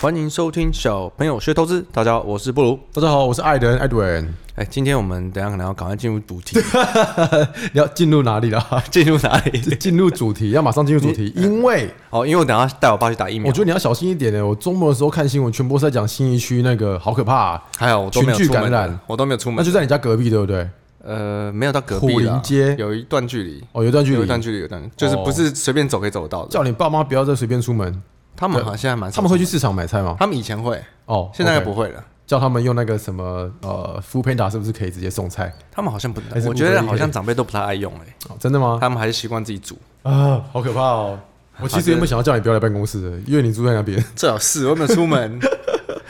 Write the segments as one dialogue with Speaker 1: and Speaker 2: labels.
Speaker 1: 欢迎收听小朋友学投资，大家好，我是布鲁。
Speaker 2: 大家好，我是艾伦艾伦。
Speaker 1: 哎，今天我们等一下可能要赶快进入主 题，啊
Speaker 2: 你要进入哪 里了？
Speaker 1: 进入哪里？
Speaker 2: 进入主题，要马上进入主题，因为
Speaker 1: 哦，因为我等一下带我爸去打疫苗
Speaker 2: 我觉，得你要小心一点呢。欸我周末的时候看新闻，全部是在讲新一区那个，好可怕、啊，
Speaker 1: 还有我都没有
Speaker 2: 群
Speaker 1: 出
Speaker 2: 聚
Speaker 1: 门
Speaker 2: 感染，
Speaker 1: 我都没有出
Speaker 2: 那
Speaker 1: 门
Speaker 2: 就，在你家隔壁，对不对？
Speaker 1: 呃，没有到隔壁
Speaker 2: 虎
Speaker 1: 啦
Speaker 2: 林街
Speaker 1: 有一段距离，
Speaker 2: 哦，有一段距
Speaker 1: 有一
Speaker 2: 离，
Speaker 1: 段距离，有一段，就是
Speaker 2: 哦
Speaker 1: 不是随便走可以走得到的。
Speaker 2: 叫你爸妈不要再随便出门。
Speaker 1: 他们好像现在蛮，
Speaker 2: 他们会去，市场买菜吗？
Speaker 1: 他们以前会，
Speaker 2: 哦，
Speaker 1: 现在
Speaker 2: OK
Speaker 1: 不会了。
Speaker 2: 叫他们用那个什么呃 f o o Panda 是不是可以直接送菜？
Speaker 1: 他们好像不
Speaker 2: 还，是
Speaker 1: 我觉
Speaker 2: 不
Speaker 1: 得
Speaker 2: 可以
Speaker 1: 好像长辈都不太爱用哎，
Speaker 2: 哦真的吗？
Speaker 1: 他们还是习惯自己煮。
Speaker 2: 啊，好可怕哦！我其实原本想要叫你不要来办公室的，因为你住在那边。
Speaker 1: 最好是我有没有出门，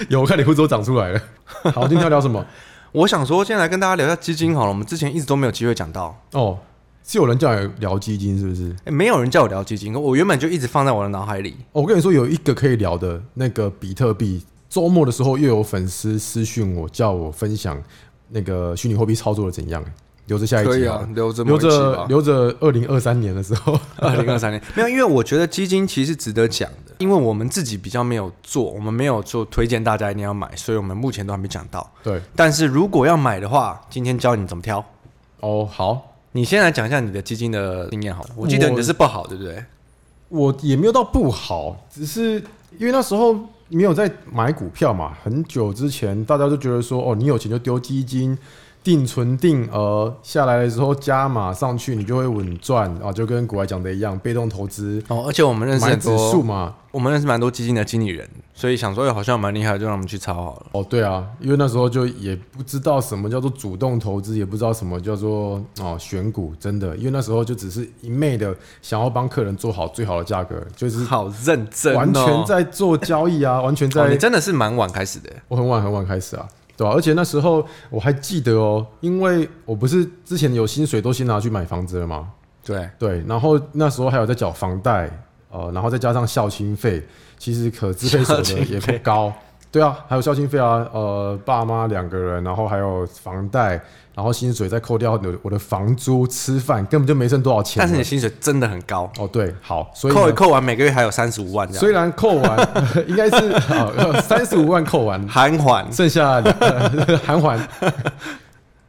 Speaker 2: 有，我看你胡子都长出来了。 好，今天要聊什么？
Speaker 1: 我想说，先来跟大家聊一下基金好了。我们之前一直都没有机会讲到，
Speaker 2: 哦，是有人叫你聊基金是不是？
Speaker 1: 诶没有人叫我聊基金，我原本就一直放在我的脑海里。
Speaker 2: 哦我跟你说，有一个可以聊的那个比特币，周末的时候又有粉丝私讯我，叫我分享那个虚拟货币操作的怎样，留着下一
Speaker 1: 可以
Speaker 2: 集
Speaker 1: 啊
Speaker 2: 好了，
Speaker 1: 留着
Speaker 2: 留
Speaker 1: 某一期
Speaker 2: 着
Speaker 1: 吧。
Speaker 2: 留着二零二三年的时候，
Speaker 1: 二零二三年没有，因为我觉得基金其实值得讲的，因为我们自己比较没有做，我们没有做推荐大家一定要买，所以我们目前都还没讲到。
Speaker 2: 对，
Speaker 1: 但是如果要买的话，今天教你怎么挑。
Speaker 2: 哦，好，
Speaker 1: 你先来讲一下你的基金的经验好了。我记得
Speaker 2: 我
Speaker 1: 你的是不好，对不对？
Speaker 2: 我也没有到不好，只是因为那时候没有在买股票嘛，很久之前大家都觉得说，哦，你有钱就丢基金。定存定额下来的时候加码上去，你就会稳赚啊，就跟国外讲的一样，被动投资
Speaker 1: 哦，而且我们认识
Speaker 2: 买
Speaker 1: 很
Speaker 2: 指数
Speaker 1: 多，
Speaker 2: 嘛。
Speaker 1: 我们认识蛮多基金的经理人，所以想说，哎，好像蛮厉害的，就让我们去抄好了。
Speaker 2: 哦，对啊，因为那时候就也不知道什么叫做主动投资，也不知道什么叫做哦选股，真的，因为那时候就只是一昧的想要帮客人做好最好的价格，就 是
Speaker 1: 好认真、哦，
Speaker 2: 完全在做交易啊，完全
Speaker 1: 哦，你
Speaker 2: 在，
Speaker 1: 真的是蛮晚开始的。
Speaker 2: 我很晚很晚开始啊。对吧、而且那时候我还记得哦，因为我不是之前有薪水都先拿去买房子了吗？
Speaker 1: 对，
Speaker 2: 对，然后那时候还有在缴房贷，呃，然后再加上校庆费，其实可支配所
Speaker 1: 校
Speaker 2: 得
Speaker 1: 庆
Speaker 2: 也不
Speaker 1: 费
Speaker 2: 高。对啊，还有校庆费啊，呃，爸妈两个人，然后还有房贷，然后薪水再扣掉我的我的房租、吃饭，根本就没剩多少钱
Speaker 1: 但
Speaker 2: 了。
Speaker 1: 是你薪水真的很高，
Speaker 2: 哦，对，好，所以呢
Speaker 1: 扣一扣完每个月还有三十五万这样，
Speaker 2: 虽然扣完应该是呃三十五万扣完，
Speaker 1: 含缓
Speaker 2: 剩下 韩环，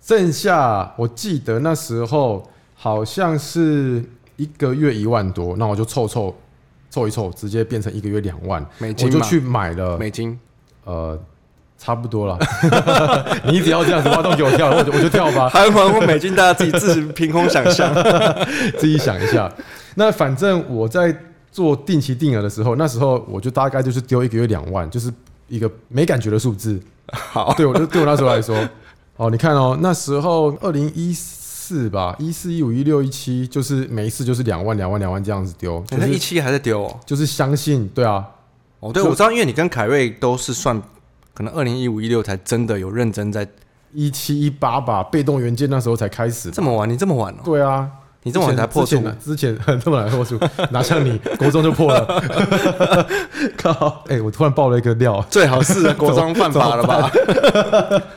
Speaker 2: 剩下我记得那时候好像是一个月一万多，那我就凑凑凑一凑，直接变成一个月两万，
Speaker 1: 美
Speaker 2: 我
Speaker 1: 金
Speaker 2: 就
Speaker 1: 嘛
Speaker 2: 去买了，
Speaker 1: 美金。
Speaker 2: 呃，差不多了。 你只要这样子挖洞给我跳，我就我就跳吧。
Speaker 1: 韩环或美金，大家自己自行凭空想 象。
Speaker 2: 自己想一下。那反正我在做定期定额的时候，那时候我就大概就是丢一个月两万，就是一个没感觉的数字。
Speaker 1: 好，
Speaker 2: 对我就对我那时候来说，哦，你看哦，那时候二零一四吧，一四一五一六一七，就是每一次就是两万两万两万这样子丢，就
Speaker 1: 哎那一
Speaker 2: 是
Speaker 1: 期还在丢哦。
Speaker 2: 就是相信，对啊，
Speaker 1: 哦，对，我知道，因为你跟凯瑞都是算，可能二零一五一六才真的有认真在
Speaker 2: 一七一八吧，被动元件那时候才开始吧，
Speaker 1: 这么晚，你这么晚哦，
Speaker 2: 对啊，
Speaker 1: 你这么晚才破
Speaker 2: 之
Speaker 1: 处
Speaker 2: 前，之前之前 这么晚才破处，哪像你国中就破了， 靠！哎、我突然爆了一个料，
Speaker 1: 最好是啊国中犯 法了吧？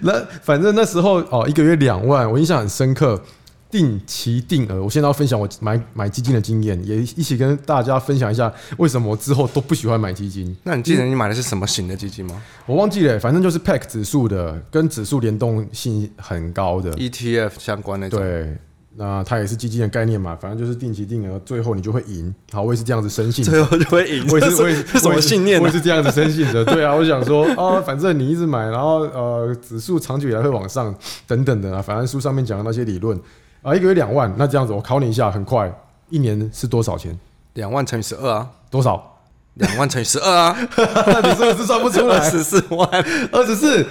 Speaker 2: 那反正那时候哦，一个月两万，我印象很深刻。定期定额，我现在要分享我买买基金的经验，也一起跟大家分享一下为什么我之后都不喜欢买基金。
Speaker 1: 那你记得你买的是什么型的基金吗
Speaker 2: 我忘记了，反正就是 PEC 指数的，跟指数联动性很高的。
Speaker 1: ？ETF E 相关那种。
Speaker 2: 嗯对，那它也是基金的概念嘛，反正就是定期定额，最后你就会赢。好，我也是这样子深信的。
Speaker 1: 最后就会赢，
Speaker 2: 我也
Speaker 1: 这
Speaker 2: 是，我也
Speaker 1: 这
Speaker 2: 是
Speaker 1: 什么信念啊
Speaker 2: 我
Speaker 1: 呢
Speaker 2: 也？是这样子深信的。对啊，我想说，哦，反正你一直买，然后呃，指数长久以来会往上，等等的啊。反正书上面讲的那些理论啊、一个月两万，那这样子我考你一下，很快，一年是多少钱？
Speaker 1: 两万乘以十二啊，
Speaker 2: 多少？
Speaker 1: 两万乘以十二啊，
Speaker 2: 你是不是算不出
Speaker 1: 二
Speaker 2: 来？
Speaker 1: 十四万。
Speaker 2: 二十四。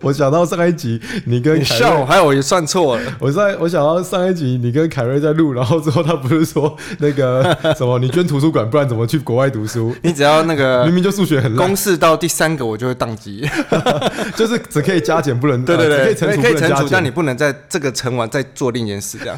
Speaker 2: 我想到上一集 你跟
Speaker 1: 你
Speaker 2: 凯
Speaker 1: 笑
Speaker 2: 瑞，
Speaker 1: 我，还有我也算错了。
Speaker 2: 我在我想到上一集你跟凯瑞在录，然后之后他不是说那个什么，你捐图书馆，不然怎么去国外读书？
Speaker 1: 你只要那个
Speaker 2: 明明就数学很烂，
Speaker 1: 公式到第三个，我就会宕 机。
Speaker 2: 就是只可以加减不能，
Speaker 1: 对对
Speaker 2: 呃
Speaker 1: 对，
Speaker 2: 只可以乘除
Speaker 1: 可以
Speaker 2: 不
Speaker 1: 乘
Speaker 2: 能加
Speaker 1: 除，
Speaker 2: 减
Speaker 1: 但你不能在这个乘完再做另一件事，这 样。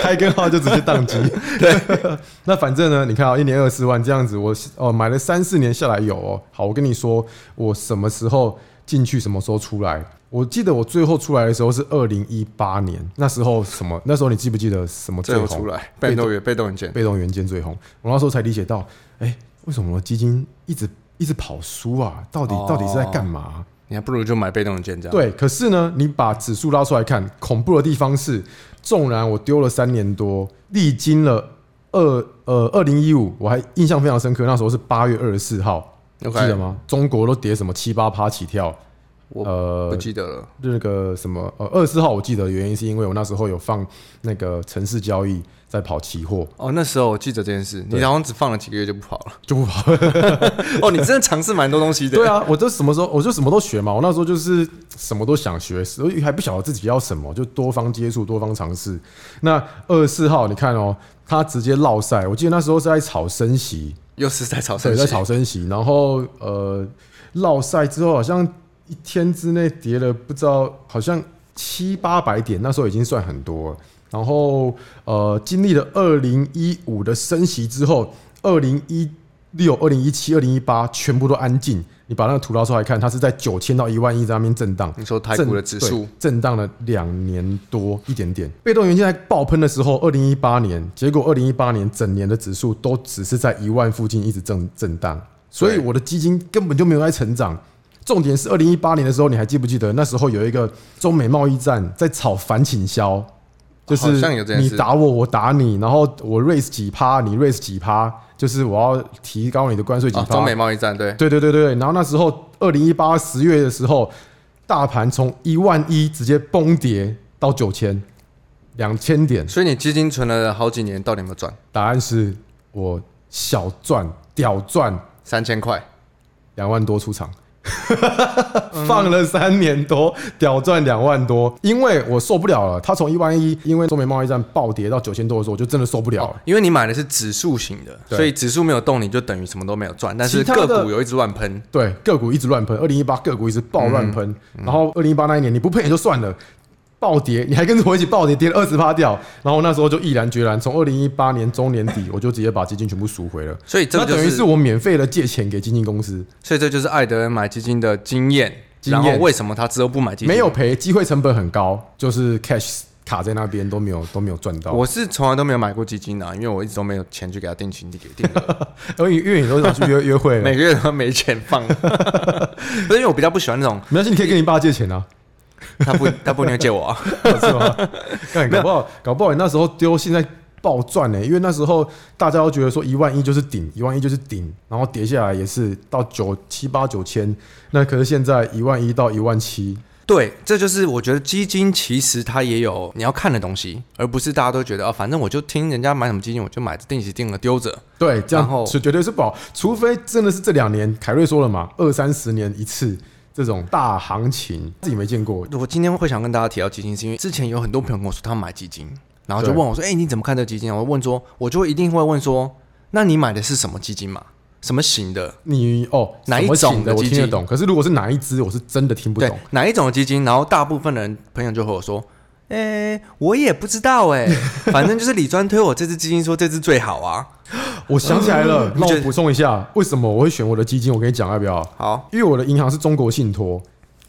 Speaker 2: 开根号就直接宕 机。对， 那反正呢，你看啊、一年二十万这样子，我哦买了三四年下来有哦。好，我跟你说，我什么时候进去，什么时候出来？我记得我最后出来的时候是二零一八年，那时候什么？那时候你记不记得什么
Speaker 1: 最
Speaker 2: 最
Speaker 1: 后
Speaker 2: 红？
Speaker 1: 出来被动元被动元件，
Speaker 2: 被动元件最红。我那时候才理解到，哎、为什么基金一直一直跑输啊，到
Speaker 1: 哦
Speaker 2: 底到底是在干嘛啊、
Speaker 1: 你还不如就买被动元件这样。，
Speaker 2: 对，可是呢，你把指数拉出来看，恐怖的地方是，纵然我丢了三年多，历经了二呃二零一五，我还印象非常深刻，那时候是八月二十四号
Speaker 1: OK
Speaker 2: 记得吗？中国都跌什么七八趴起跳，
Speaker 1: 我
Speaker 2: 呃
Speaker 1: 不，记得了。
Speaker 2: 那个什么呃二十四号我记得的原因是因为我那时候有放那个城市交易在跑期货，
Speaker 1: 哦，那时候我记得这件事，你好像只放了几个月就不跑 了。
Speaker 2: 就不跑了。
Speaker 1: 哦，你真的尝试蛮多东西的。
Speaker 2: 对，啊，我都什么时候我就什么都学嘛，我那时候就是什么都想学，所以还不晓得自己要什么，就多方接触，多方尝试。那二十四号你看哦，他直接落赛，我记得那时候是在炒升息，
Speaker 1: 又是在炒生
Speaker 2: 对，
Speaker 1: 气
Speaker 2: 在炒升息，然后呃落赛之后好像一天之内跌了不知道好像七八百点，那时候已经算很多了。然后呃经历了二零一五的升息之后，二零一六、二零一七、二零一八全部都安静。你把那个图拉出来看，它是在九千到一万亿在那边震荡。
Speaker 1: 你说台股的指
Speaker 2: 震
Speaker 1: 数
Speaker 2: 对震荡了两年多一点点。被动元件在爆喷的时候，二零一八年，结果二零一八年整年的指数都只是在一万附近一直震震荡，所以
Speaker 1: 对
Speaker 2: 我的基金根本就没有在成长。重点是二零一八年的时候，你还记不记得那时候有一个中美贸易战在炒反倾销，就
Speaker 1: 好
Speaker 2: 是
Speaker 1: 像有这件
Speaker 2: 你
Speaker 1: 事
Speaker 2: 打我，我打你，然后我 raise 几趴，你 raise 几趴，就是我要提高你的关税几
Speaker 1: 啊，
Speaker 2: 趴，
Speaker 1: 中美贸易战对，
Speaker 2: 对对对对，对然后那时候二零一八十月的时候，大盘从一万一直接崩跌到九千，两千点。
Speaker 1: 所以你基金存了好几年，到底有没有赚
Speaker 2: 答案是我小赚屌赚
Speaker 1: 三千块？
Speaker 2: 两万多出场， 放了三年多，屌赚两万多，因为我受不了了。它从一万一，因为中美贸易战暴跌到九千多的时候，我就真的受不了了。
Speaker 1: 因为你买的是指数型的，
Speaker 2: 哦对
Speaker 1: 所以指数没有动，你就等于什么都没有赚。但是
Speaker 2: 其他的
Speaker 1: 个股有一直乱喷，
Speaker 2: 对，个股一直乱喷，二零一八个股一直爆乱
Speaker 1: 嗯
Speaker 2: 喷，然后二零一八那一年你不喷也就算了。暴跌，你还跟着我一起暴跌，跌了二十趴掉，然后那时候就毅然决然，从二零一八年中年底，我就直接把基金全部赎回了。
Speaker 1: 所以这
Speaker 2: 那
Speaker 1: 个就
Speaker 2: 等于
Speaker 1: 是，
Speaker 2: 是我免费的借钱给基金公司，
Speaker 1: 所以这就是艾德恩买基金的经验。
Speaker 2: 经
Speaker 1: 然
Speaker 2: 验
Speaker 1: 后为什么他之后不买基金？
Speaker 2: 没有赔，机会成本很高，就是 cash 卡在那边都没有都没有赚到。
Speaker 1: 我是从来都没有买过基金的、啊因为我一直都没有钱去给他定期定定 额，
Speaker 2: 而因为你都想去 约约会了，
Speaker 1: 每
Speaker 2: 没
Speaker 1: 个月都没钱放。 不是因为我比较不喜欢那种
Speaker 2: 关系，你可以跟你爸借钱啊，
Speaker 1: 他不 他不一定会借我啊，
Speaker 2: 是吗？干搞不好，搞不好你那时候丢，现在暴赚呢、欸因为那时候大家都觉得说一万一就是顶，一万一就是顶，然后跌下来也是到九七八九千，那可是现在一万一到一万七，
Speaker 1: 对，这就是我觉得基金其实它也有你要看的东西，而不是大家都觉得啊，反正我就听人家买什么基金，我就买定期定额丢着。
Speaker 2: 对，这
Speaker 1: 然后
Speaker 2: 样是绝对是不好，除非真的是这两年，凯瑞说了嘛，二三十年一次这种大行情，自己没见过，
Speaker 1: 我今天会想跟大家提到基金，是因为之前有很多朋友跟我说他买基金，然后就
Speaker 2: 对
Speaker 1: 问我说：“哎、你怎么看这个基金啊？”我问说，我就一定会问说：“那你买的是什么基金嘛？什么型的？
Speaker 2: 你哦
Speaker 1: 哪一
Speaker 2: 什么型
Speaker 1: 种的
Speaker 2: 的我
Speaker 1: 基
Speaker 2: 听得
Speaker 1: 金
Speaker 2: 懂，可是如果是哪一支，我是真的听不
Speaker 1: 对
Speaker 2: 懂。，
Speaker 1: 哪一种的基金？”然后大部分人朋友就和我说：“哎、我也不知道哎、 反正就是李专推我这只基金，说这只最好啊。
Speaker 2: 我 想起来了，
Speaker 1: 你
Speaker 2: 让
Speaker 1: 觉
Speaker 2: 我
Speaker 1: 得
Speaker 2: 补充一下，为什么我会选我的基金？我跟你讲要不要？”
Speaker 1: 好，
Speaker 2: 因为我的银行是中国信托，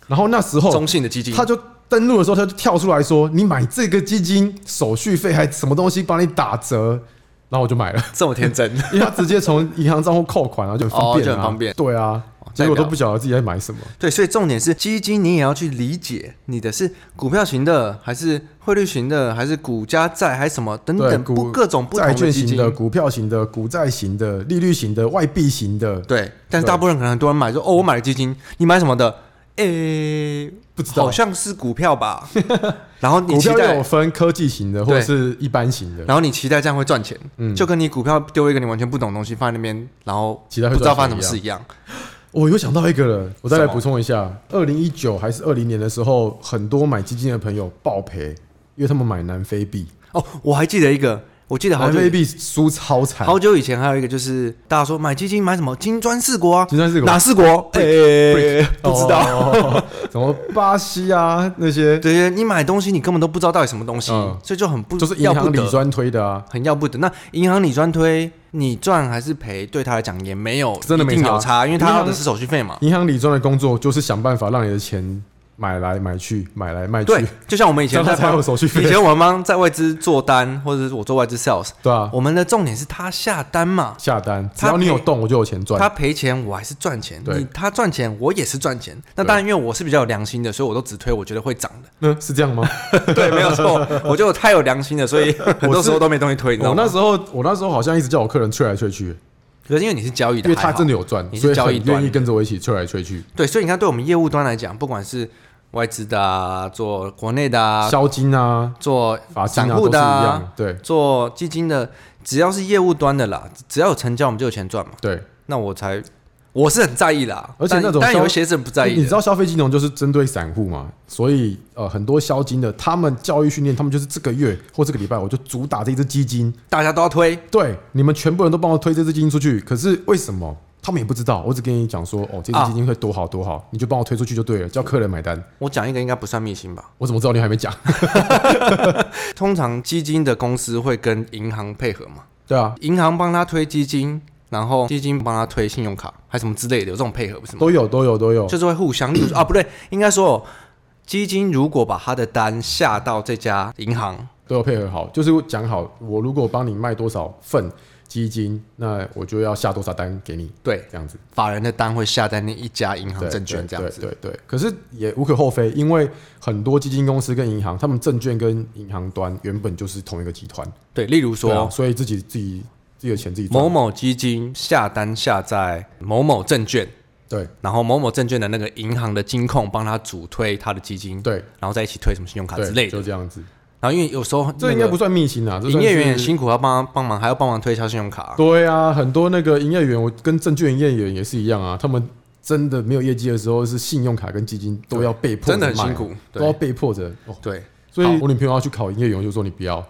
Speaker 2: 然后那时候
Speaker 1: 中性的基金，
Speaker 2: 哦他就登录的时候，他就跳出来说：“你买这个基金手续费还什么东西帮你打折。”然后我就 买了，
Speaker 1: 这么天真。
Speaker 2: 因为他直接从银行账户扣款啊，就很方便、啊
Speaker 1: 哦就很方便哦
Speaker 2: 对啊，结果都不晓得自己在买什么。
Speaker 1: 对，所以重点是基金，你也要去理解你的是股票型的，还是汇率型的，还是股加债，还是什么等
Speaker 2: 对，
Speaker 1: 等
Speaker 2: 股
Speaker 1: 不各种不同
Speaker 2: 债券
Speaker 1: 的基
Speaker 2: 型
Speaker 1: 金。
Speaker 2: 的、股票型的、股债型的、利率型的、外币型的，
Speaker 1: 对，但是
Speaker 2: 对
Speaker 1: 大部分可能很多人买说，哦，我买了基金，你买什么的？诶、
Speaker 2: 不知道
Speaker 1: 好像是股票吧。然后你
Speaker 2: 股
Speaker 1: 期
Speaker 2: 票又有
Speaker 1: 待，
Speaker 2: 分科技型的或
Speaker 1: 对
Speaker 2: 者是一般型的。
Speaker 1: 然后你期待这样会赚钱，
Speaker 2: 嗯
Speaker 1: 就跟你股票丢一个你完全不懂的东西放在那边，然后
Speaker 2: 期待会
Speaker 1: 不知道发
Speaker 2: 赚
Speaker 1: 生什
Speaker 2: 钱
Speaker 1: 么事一样。
Speaker 2: 我又想到一个了，我再
Speaker 1: 什
Speaker 2: 来
Speaker 1: 么
Speaker 2: 补充一下，二零一九还是二零年的时候，很多买基金的朋友爆赔，因为他们买南非币，
Speaker 1: 哦，我还记得一个，我记得好
Speaker 2: 南
Speaker 1: 久
Speaker 2: 非币输超惨，
Speaker 1: 好久以前还有一个就是大家说买基金买什么金砖四国啊，
Speaker 2: 金砖四国
Speaker 1: 哪四国？哎、不知道。
Speaker 2: 道，哦什么巴西啊那些，
Speaker 1: 对，你买东西你根本都不知道到底什么东西，
Speaker 2: 嗯
Speaker 1: 所以就很不
Speaker 2: 就是银
Speaker 1: 要不
Speaker 2: 行
Speaker 1: 得
Speaker 2: 理，专推的啊，
Speaker 1: 很要不得。那银行理专推你赚还是赔，对他来讲也没有
Speaker 2: 真的没
Speaker 1: 一定有
Speaker 2: 差
Speaker 1: 差，因为他
Speaker 2: 银行
Speaker 1: 要的是手续费嘛。
Speaker 2: 银行理专的工作就是想办法让你的钱买来买去，买来卖
Speaker 1: 对
Speaker 2: 去，，
Speaker 1: 就像我们以前
Speaker 2: 这
Speaker 1: 在
Speaker 2: 样才有手续费
Speaker 1: 以前我们帮在外资做单，或者是我做外资 sales，
Speaker 2: 对啊，
Speaker 1: 我们的重点是他下单嘛，
Speaker 2: 下单，只
Speaker 1: 他
Speaker 2: 要你有
Speaker 1: 赔
Speaker 2: 动，我就有钱赚。
Speaker 1: 他赔钱我还是赚钱，
Speaker 2: 对
Speaker 1: 你他赚钱我也是赚钱。那当然，因为我是比较有良心的，所以我都只推我觉得会涨 的。
Speaker 2: 嗯，是这 样吗？
Speaker 1: 对，没有错，我觉得我太有良心了， 所以很多时候都没东西推，你知
Speaker 2: 我
Speaker 1: 道
Speaker 2: 那
Speaker 1: 吗？
Speaker 2: 时候，我那时候好像一直叫我客人吹来吹去，
Speaker 1: 可是因为你是交易的，
Speaker 2: 因为他
Speaker 1: 还好
Speaker 2: 真的有赚，
Speaker 1: 你是
Speaker 2: 所以
Speaker 1: 交易
Speaker 2: 很愿意
Speaker 1: 端
Speaker 2: 跟着我一起吹来吹去，
Speaker 1: 对，所以你看，对我们业务端来讲，不管是外资的啊，做国内的啊，
Speaker 2: 销金啊、
Speaker 1: 做
Speaker 2: 罚金
Speaker 1: 散
Speaker 2: 啊
Speaker 1: 户
Speaker 2: 都是
Speaker 1: 的
Speaker 2: 一样
Speaker 1: 啊，
Speaker 2: 的。对
Speaker 1: 做基金的，只要是业务端的啦，只要有成交，我们就有钱赚嘛。
Speaker 2: 对，
Speaker 1: 那我才，我是很在意啦。
Speaker 2: 而且那
Speaker 1: 但
Speaker 2: 种
Speaker 1: 但
Speaker 2: 消
Speaker 1: 有一些是不在意
Speaker 2: 你
Speaker 1: 的
Speaker 2: 知道消费金融就是针对散户嘛，所以呃，很多销金的，他们教育训练，他们就是这个月或这个礼拜，我就主打这只基金，
Speaker 1: 大家都要推，
Speaker 2: 对，你们全部人都帮我推这只基金出去。可是为什么他们也不知道？我只跟你讲说，哦，这只
Speaker 1: 啊
Speaker 2: 基金会多好多好，你就帮我推出去就对了，叫客人买单。
Speaker 1: 我讲一个应该不算秘辛吧。
Speaker 2: 我怎么知道你还没讲？
Speaker 1: 通常基金的公司会跟银行配合嘛，
Speaker 2: 对啊，
Speaker 1: 银行帮他推基金，然后基金帮他推信用卡，还什么之类的，有这种配合不是吗？
Speaker 2: 都有都有都有，
Speaker 1: 就是会互相，例如 说啊，不对，应该说哦基金如果把他的单下到这家银行，
Speaker 2: 都有配合好，就是讲好，我如果帮你卖多少份基金，那我就要下多少单给你，
Speaker 1: 对，
Speaker 2: 这样子。
Speaker 1: 法人的单会下在那一家银
Speaker 2: 对
Speaker 1: 行证券这样子。
Speaker 2: 对对对对可是也无可厚非，因为很多基金公司跟银行，他们证券跟银行端原本就是同一个集团，
Speaker 1: 对，例如
Speaker 2: 对啊，
Speaker 1: 说
Speaker 2: 所以自己自己自己的钱自己赚
Speaker 1: 某某基金下单下在某某证券，
Speaker 2: 对
Speaker 1: 然后某某证券的那个银行的金控帮他主推他的基金，
Speaker 2: 对
Speaker 1: 然后再一起推什么信用卡
Speaker 2: 对
Speaker 1: 啊之类的。
Speaker 2: 就这样子。
Speaker 1: 然后因为有时候
Speaker 2: 这应该不算秘辛啊，这
Speaker 1: 营业员
Speaker 2: 算
Speaker 1: 很
Speaker 2: 是
Speaker 1: 辛苦，要帮他帮忙，还要帮忙推销信用卡啊、
Speaker 2: 对啊，很多那个营业员，我跟证券营业员也是一样啊，他们真的没有业绩的时候，是信用卡跟基金都要被迫
Speaker 1: 真的很
Speaker 2: 着卖啊
Speaker 1: 辛苦
Speaker 2: 都要
Speaker 1: 对
Speaker 2: 被迫着。哦
Speaker 1: 对，
Speaker 2: 所以
Speaker 1: 好
Speaker 2: 我女朋友要去考营业员，我就说你不要。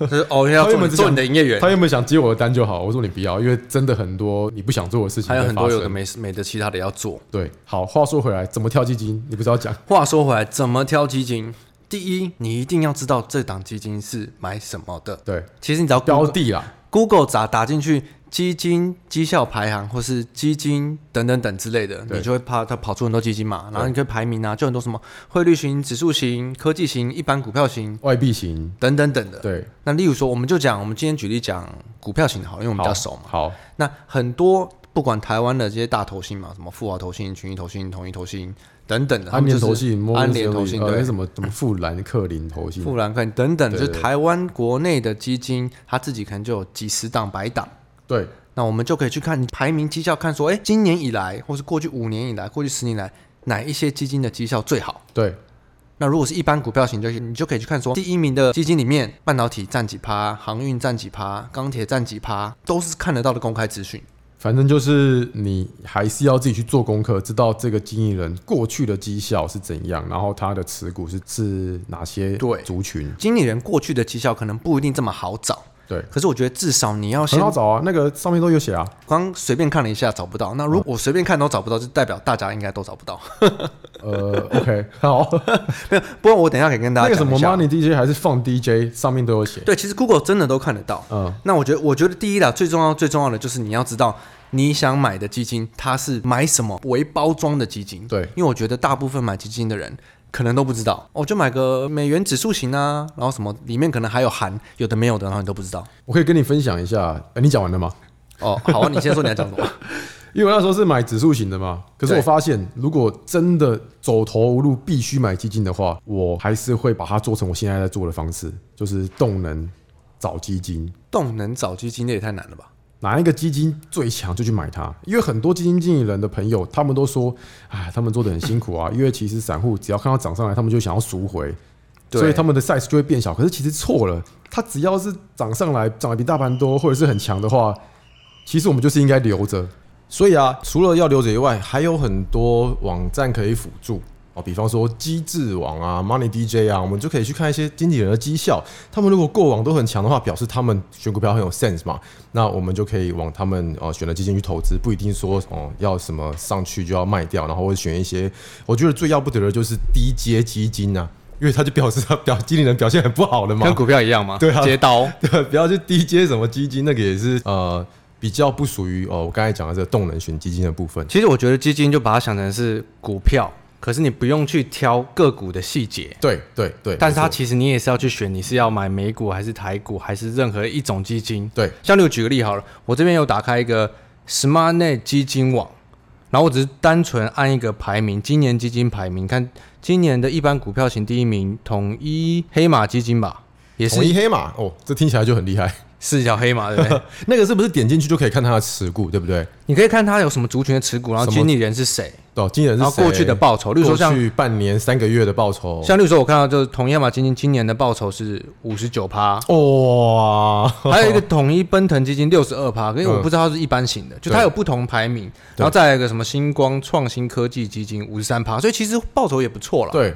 Speaker 1: 就是哦，要
Speaker 2: 他原
Speaker 1: 做
Speaker 2: 本
Speaker 1: 你
Speaker 2: 只
Speaker 1: 做
Speaker 2: 想
Speaker 1: 你的营业员，
Speaker 2: 她原本想接我的单就好，我说你不要，因为真的很多你不想做的事情
Speaker 1: 还有
Speaker 2: 在
Speaker 1: 很
Speaker 2: 发
Speaker 1: 多有的
Speaker 2: 生。
Speaker 1: 没没的其他的要做。
Speaker 2: 对，好，话说回来，怎么跳基金？你不是要讲？
Speaker 1: 话说回来，怎么挑基金？第一，你一定要知道这档基金是买什么的。
Speaker 2: 对，
Speaker 1: 其实你只要
Speaker 2: 标
Speaker 1: Google,
Speaker 2: 的啦，
Speaker 1: Google 打打进去基金绩效排行，或是基金等等等之类的，
Speaker 2: 对
Speaker 1: 你就会怕它跑出很多基金嘛。然后你可以排名啊，就很多什么汇率型、指数型、科技型、一般股票型
Speaker 2: 外币型，
Speaker 1: 等等等的。
Speaker 2: 对，
Speaker 1: 那例如说，我们就讲，我们今天举例讲股票型的好了，因为我们比较熟嘛。
Speaker 2: 好，
Speaker 1: 那很多不管台湾的这些大投信嘛，什么富华投信、群益投信、统一投信等等的，他
Speaker 2: 安
Speaker 1: 们就
Speaker 2: 联
Speaker 1: 是
Speaker 2: 投信、摩
Speaker 1: 安
Speaker 2: 根
Speaker 1: 联
Speaker 2: 斯
Speaker 1: 投
Speaker 2: 坦
Speaker 1: 信
Speaker 2: 利呃
Speaker 1: 对
Speaker 2: 那什么什么富兰克林投信，
Speaker 1: 富兰克林等等，
Speaker 2: 对
Speaker 1: 就
Speaker 2: 对
Speaker 1: 是
Speaker 2: 对
Speaker 1: 台湾国内的基金，它自己可能就有几十档、百档。
Speaker 2: 对，
Speaker 1: 那我们就可以去看排名绩效，看说，哎、今年以来，或是过去五年以来、过去十年以来，哪一些基金的绩效最好？
Speaker 2: 对，
Speaker 1: 那如果是一般股票型，就是你就可以去看说，第一名的基金里面，半导体占几趴，航运占几趴，钢铁占几趴，都是看得到的公开资讯。
Speaker 2: 反正就是你还是要自己去做功课，知道这个经纪人过去的绩效是怎样，然后他的持股是是哪些
Speaker 1: 对
Speaker 2: 族群，
Speaker 1: 经理人过去的绩效可能不一定这么好找，
Speaker 2: 对，
Speaker 1: 可是我觉得至少你要
Speaker 2: 很
Speaker 1: 先
Speaker 2: 好找啊，那个上面都有写啊，
Speaker 1: 刚随便看了一下找不到。那如果我随便看都找不到，就代表大家应该都找不到。
Speaker 2: 呃，OK，好，
Speaker 1: 没有，不过我等一下可以跟大
Speaker 2: 那
Speaker 1: 家
Speaker 2: 个
Speaker 1: 讲
Speaker 2: 什
Speaker 1: 一
Speaker 2: 么
Speaker 1: 下。
Speaker 2: Money DJ 还是放 DJ 上面都有写，
Speaker 1: 对，其实 Google 真的都看得到。
Speaker 2: 嗯，
Speaker 1: 那我觉得，我觉得第一啦，最重要、最重要的就是你要知道你想买的基金，它是买什么为包装的基金。
Speaker 2: 对，
Speaker 1: 因为我觉得大部分买基金的人可能都不知道，哦我、就买个美元指数型啊，然后什么里面可能还有含有的没有的，然后你都不知道。
Speaker 2: 我可以跟你分享一下，呃、你讲完了吗？
Speaker 1: 哦，好啊，你先说你要讲什 么？
Speaker 2: 因为我那时候是买指数型的嘛，可是
Speaker 1: 对
Speaker 2: 我发现，如果真的走投无路必须买基金的话，我还是会把它做成我现在在做的方式，就是动能找基金。
Speaker 1: 动能找基金那也太难了吧？
Speaker 2: 哪一个基金最强就去买它，因为很多基金经理人的朋友，他们都说，哎，他们做的很辛苦啊， 因为其实散户只要看到涨上来，他们就想要赎回，
Speaker 1: 对
Speaker 2: 所以他们的 size 就会变小。可是其实错了，它只要是涨上来，涨得比大盘多，或者是很强的话，其实我们就是应该留着。
Speaker 3: 所以啊，除了要留着以外，还有很多网站可以辅助哦，比方说机智网啊、Money DJ 啊，我们就可以去看一些经纪人的绩效。他们如果过往都很强的话，表示他们选股票很有 sense 嘛，那我们就可以往他们呃选的基金去投资，不一定说哦、要什么上去就要卖掉，然后或者选一些我觉得最要不得的就是低阶基金啊。因为他就表示他表经理人表现很不好了嘛，
Speaker 1: 跟股票一样吗？
Speaker 3: 对啊
Speaker 1: 接刀。
Speaker 3: 对，不要去低接什么基金，那个也是呃比较不属于哦，我刚才讲的这个动能选基金的部分。
Speaker 1: 其实我觉得基金就把它想成是股票，可是你不用去挑个股的细节。
Speaker 2: 对对对，
Speaker 1: 但是它
Speaker 2: 没错
Speaker 1: 其实你也是要去选，你是要买美股还是台股，还是任何一种基金？
Speaker 2: 对
Speaker 1: 像例如举个例好了，我这边有打开一个 SmartNet 基金网，然后我只是单纯按一个排名，今年基金排名，看今年的一般股票型第一名，统一黑马基金吧，也
Speaker 2: 统一
Speaker 1: 是
Speaker 2: 黑马哦，这听起来就很厉害。
Speaker 1: 是一条黑马，对不对？
Speaker 2: 那个是不是点进去就可以看它的持股，对不对？
Speaker 1: 你可以看它有什么族群的持股，然后
Speaker 2: 什么
Speaker 1: 经理人是谁，
Speaker 2: 哦，今年是
Speaker 1: 然后过去的报
Speaker 2: 报，
Speaker 1: 酬，例如说像
Speaker 2: 过去半年三个月的报酬，
Speaker 1: 像例如说我看到就是统一黑马基金今年的报酬是五十九趴，
Speaker 2: 哇，
Speaker 1: 还有一个统一奔腾基金六十二趴，因为我不知道它是一般型的，就它
Speaker 2: 嗯对
Speaker 1: 有不同排名，然后再来一个什么星光创新科技基金五十三趴，所以其实报酬也不错了。，
Speaker 2: 对，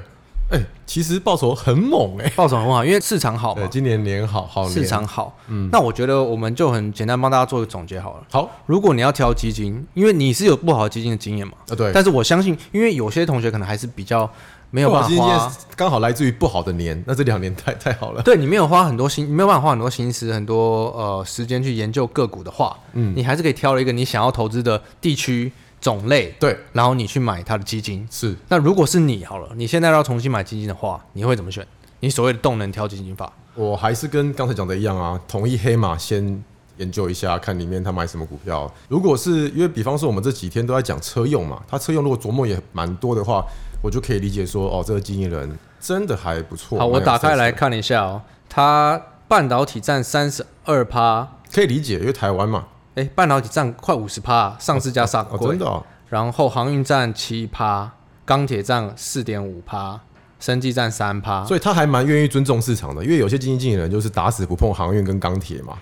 Speaker 2: 哎、其实报酬很猛哎、
Speaker 1: 报酬很好，因为市场好
Speaker 2: 对，
Speaker 1: 嘛，
Speaker 2: 今年年好好年
Speaker 1: 市场好。嗯，那我觉得我们就很简单帮大家做个总结好了。
Speaker 2: 好啊、
Speaker 1: 如果你要挑基金，因为你是有不好的基金的经验嘛，
Speaker 2: 对，
Speaker 1: 但是我相信，因为有些同学可能还是比较没有
Speaker 2: 不
Speaker 1: 办
Speaker 2: 好
Speaker 1: 法
Speaker 2: 今
Speaker 1: 花啊
Speaker 2: 天，刚好来自于不好的年，那这两年太太好了。
Speaker 1: 对你没有花很多心，你没有办法花很多心思、很多呃时间去研究个股的话，嗯，你还是可以挑了一个你想要投资的地区、种类，
Speaker 2: 对，
Speaker 1: 然后你去买它的基金。
Speaker 2: 是
Speaker 1: 那如果是你好了，你现在要重新买基金的话，你会怎么选？你所谓的动能挑基金法，
Speaker 2: 我还是跟刚才讲的一样啊，同意黑马先研究一下，看里面他买什么股票。如果是因为，比方说我们这几天都在讲车用嘛，他车用如果琢磨也蛮多的话，我就可以理解说，哦，这个经纪人真的还不错。
Speaker 1: 好，我
Speaker 2: 蛮有
Speaker 1: 打开
Speaker 2: sense
Speaker 1: 来
Speaker 2: 的，
Speaker 1: 看了一下哦，它半导体占三十二趴，
Speaker 2: 可以理解，因为台湾嘛，
Speaker 1: 哎，半导体占快五十趴，上市加上
Speaker 2: 哦，
Speaker 1: 柜
Speaker 2: 真的、哦，
Speaker 1: 然后航运占七趴，钢铁占四点五趴，生技占三趴，
Speaker 2: 所以他还蛮愿意尊重市场的，因为有些经纪经纪人就是打死不碰航运跟钢铁嘛。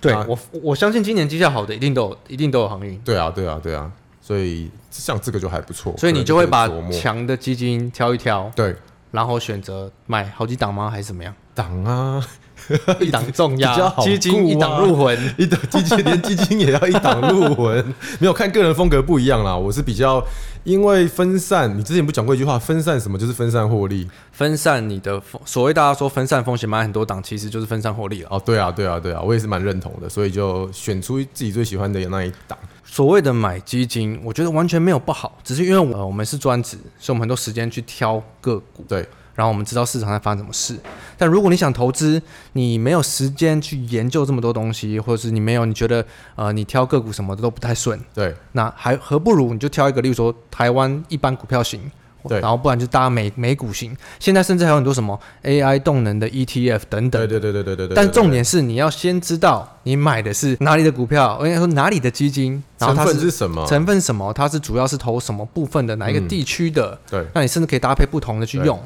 Speaker 1: 对、
Speaker 2: 啊
Speaker 1: 我，我相信今年绩效好的一定都有，一定都有航运，
Speaker 2: 对啊，对啊，对啊，所以像这个就还不错，
Speaker 1: 所以你就会把
Speaker 2: 可能可以琢磨
Speaker 1: 强的基金挑一挑，
Speaker 2: 对
Speaker 1: 然后选择买好几档吗？还是怎么 样？
Speaker 2: 挡啊，
Speaker 1: 一档重压
Speaker 2: 比较，好
Speaker 1: 基金
Speaker 2: 顾
Speaker 1: 一档
Speaker 2: 啊
Speaker 1: 入魂。
Speaker 2: 一档基金连基金也要一档入魂，没有看个人风格不一样啦。我是比较因为分散，你之前不讲过一句话，分散什么就是分散获利
Speaker 1: 分散你的风，所谓大家说分散风险，买很多档，其实就是分散获利了。
Speaker 2: 哦。对啊，对啊，对啊，我也是蛮认同的，所以就选出自己最喜欢的那一档。
Speaker 1: 所谓的买基金，我觉得完全没有不好，只是因为我、呃我们是专职，所以我们很多时间去挑个股，
Speaker 2: 对，
Speaker 1: 然后我们知道市场在发生什么事。但如果你想投资，你没有时间去研究这么多东西，或者是你没有你觉得呃你挑个股什么的都不太顺，
Speaker 2: 对，
Speaker 1: 那还何不如你就挑一个，例如说台湾一般股票型，
Speaker 2: 对
Speaker 1: 然后不然就搭美美股型。现在甚至还有很多什么 AI 动能的 ETF 等等
Speaker 2: 对，。对，对，对，对，对，对。
Speaker 1: 但重
Speaker 2: 对
Speaker 1: 点是你要先知道你买的是哪里的股票，我应该说哪里的基金，然后
Speaker 2: 成
Speaker 1: 它
Speaker 2: 分是
Speaker 1: 是
Speaker 2: 什么？
Speaker 1: 成分什么，它是主要是投什么部分的哪一个地区的，
Speaker 2: 对，
Speaker 1: 那你甚至可以搭配不同的去
Speaker 2: 嗯对
Speaker 1: 用。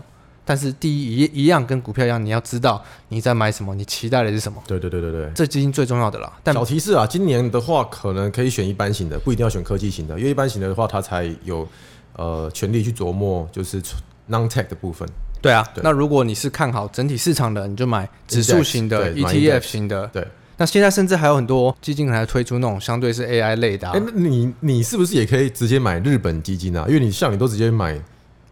Speaker 1: 但是第一一一样跟股票一样，你要知道你在买什么，你期待的是什么，
Speaker 2: 对，对，对，对，对。
Speaker 1: 这基金最重要的啦。但
Speaker 2: 小提示啊，今年的话可能可以选一般型的，不一定要选科技型的，因为一般型的话，它才有呃权利去琢磨就是 non tech 的部分。
Speaker 1: 对啊，
Speaker 2: 对
Speaker 1: 那如果你是看好整体市场的，你就买指数
Speaker 2: Index，
Speaker 1: 型的、
Speaker 2: 对买
Speaker 1: ETF
Speaker 2: index
Speaker 1: 型的。
Speaker 2: 对，
Speaker 1: 那现在甚至还有很多基金还推出那种相对是 AI 类的、啊
Speaker 2: 哎、那你你是不是也可以直接买日本基金啊？因为你像你都直接买，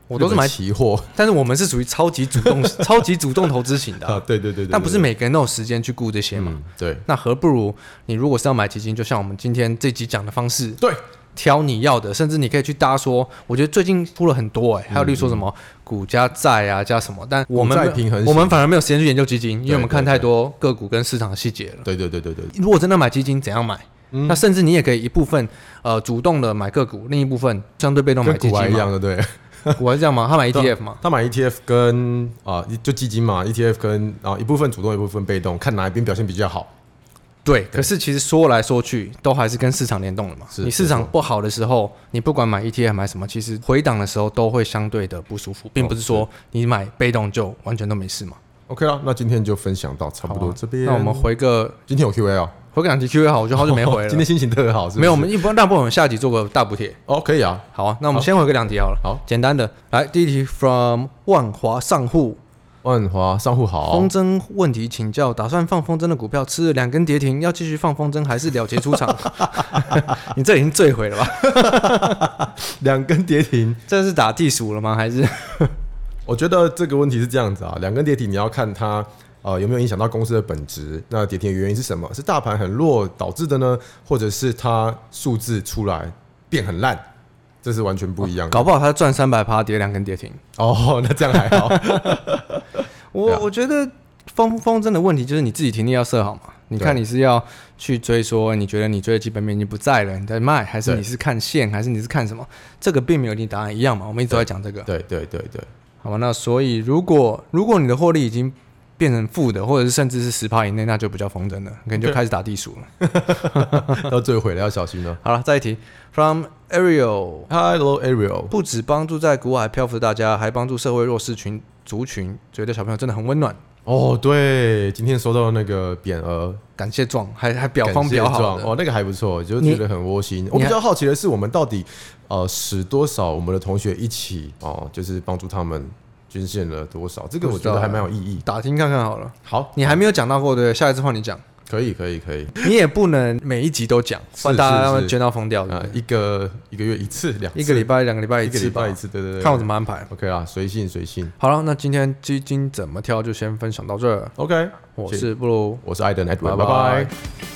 Speaker 1: 我都是买，
Speaker 2: 期货
Speaker 1: 但是我们是属于超级主 动、超级主动投资型的啊、
Speaker 2: 啊， 对对对对，
Speaker 1: 但不是
Speaker 2: 对
Speaker 1: 每个人都有时间去顾这些嘛。
Speaker 2: 嗯，对
Speaker 1: 那何不如你如果是要买基金，就像我们今天这集讲的方式，
Speaker 2: 对，
Speaker 1: 挑你要的，甚至你可以去搭说，我觉得最近出了很多哎、还有例如说什么股加债啊加什么，但我们
Speaker 2: 嗯股债平衡型
Speaker 1: 我们反而没有时间去研究基金，因为我们
Speaker 2: 对对
Speaker 1: 看
Speaker 2: 对
Speaker 1: 太多个股跟市场的细节了。
Speaker 2: 对对对对对，
Speaker 1: 如果真的买基金，怎样买？
Speaker 2: 嗯
Speaker 1: 那甚至你也可以一部分呃主动的买个股，另一部分相对被动买
Speaker 2: 跟
Speaker 1: 基
Speaker 2: 股
Speaker 1: 金
Speaker 2: 癌一
Speaker 1: 嘛。
Speaker 2: 样的，对。
Speaker 1: 股还是这样吗？他买 ETF 嘛？
Speaker 2: 他买 ETF 跟啊、就基金嘛，ETF 跟啊一部分主动，一部分被动，看哪一边表现比较好。
Speaker 1: 对。可是其实说来说去，都还是跟市场联动的嘛。
Speaker 2: 是
Speaker 1: 你市场
Speaker 2: 没错
Speaker 1: 不好的时候，你不管买 ETF 买什么，其实回档的时候都会相对的不舒服，并不是说你买被动就完全都没事嘛。
Speaker 2: OK 啊啦，那今天就分享到差不
Speaker 1: 好
Speaker 2: 多
Speaker 1: 啊
Speaker 2: 这边。
Speaker 1: 那我们回个
Speaker 2: 今天有 Q&A 哦，
Speaker 1: 回个两集 Q&A 好，我觉得好久没回了。
Speaker 2: 今天心情特好，是不是
Speaker 1: 没有，我们一般大部分我们下集做个大补贴。
Speaker 2: 哦，可以啊，
Speaker 1: 好啊，那我们先回个两题好了。
Speaker 2: 好，
Speaker 1: 简单的来第一题，from 万华上户。
Speaker 2: 万华商户好
Speaker 1: 风，筝问题请教：打算放风筝的股票吃了两根跌停，要继续放风筝还是了结出场？ 你这已经坠毁了吧？
Speaker 2: 两根跌停。
Speaker 1: 这是打地鼠了吗？还是
Speaker 2: 我觉得这个问题是这样子啊，两根跌停你要看它呃有没有影响到公司的本质。那跌停的原因是什么？是大盘很弱导致的呢，或者是它数字出来变很烂？这是完全不一样 的。
Speaker 1: 搞不好他赚三百趴跌两根跌停。
Speaker 2: 哦， 那这样还好。
Speaker 1: 我、
Speaker 2: 对啊
Speaker 1: 我觉得风风筝的问题就是你自己停利要设好嘛。你看
Speaker 2: 对
Speaker 1: 你是要去追说你觉得你追的基本面已经不在了，你在卖，还是
Speaker 2: 对
Speaker 1: 你是看线，还是你是看什么？这个并没有你答案一样嘛。我们一直都在讲这个，
Speaker 2: 对对对对，
Speaker 1: 好吧？那所以如果如果你的获利已经变成负的，或者是甚至是十趴以内，那就不叫风筝了，可能就
Speaker 2: 对
Speaker 1: 开始打地鼠了。
Speaker 2: 到最后毁了要小心哦。
Speaker 1: 好了，再一题，From Ariel，
Speaker 2: Hello Ariel，
Speaker 1: 不止帮助在古海漂浮的大家，还帮助社会弱势群族群，觉得小朋友真的很温暖。
Speaker 2: 哦，对，今天收到那个匾额
Speaker 1: 感谢状，还还表
Speaker 2: 感
Speaker 1: 方
Speaker 2: 谢
Speaker 1: 表好
Speaker 2: 状
Speaker 1: 的，
Speaker 2: 哦，那个还不错，就
Speaker 1: 你
Speaker 2: 觉得很窝心。我比
Speaker 1: 还
Speaker 2: 较好奇的是，我们到底呃使多少我们的同学一起哦，就是帮助他们捐献了多少？这个我
Speaker 1: 不知
Speaker 2: 觉
Speaker 1: 道
Speaker 2: 得还蛮有意义。
Speaker 1: 打听看看好了。
Speaker 2: 好，
Speaker 1: 你还没有讲到过，对不对？下一次换你讲，
Speaker 2: 可以可以可以，
Speaker 1: 你也不能每一集都讲，不然
Speaker 2: 是
Speaker 1: 大家
Speaker 2: 是
Speaker 1: 会
Speaker 2: 是
Speaker 1: 捐到疯掉
Speaker 2: 呃
Speaker 1: 的，。
Speaker 2: 一个一个月一次，两次
Speaker 1: 一个礼拜、两个礼拜
Speaker 2: 一
Speaker 1: 一
Speaker 2: 个
Speaker 1: 次
Speaker 2: 礼
Speaker 1: 吧
Speaker 2: 拜一，次，对对对，
Speaker 1: 看我怎么安排。
Speaker 2: OK 啊，随性随性。
Speaker 1: 好了，那今天基金怎么挑就先分享到这儿。
Speaker 2: OK，
Speaker 1: 我是布鲁，
Speaker 2: 我是艾登
Speaker 1: 拜
Speaker 2: Edward，拜
Speaker 1: 拜
Speaker 2: 拜。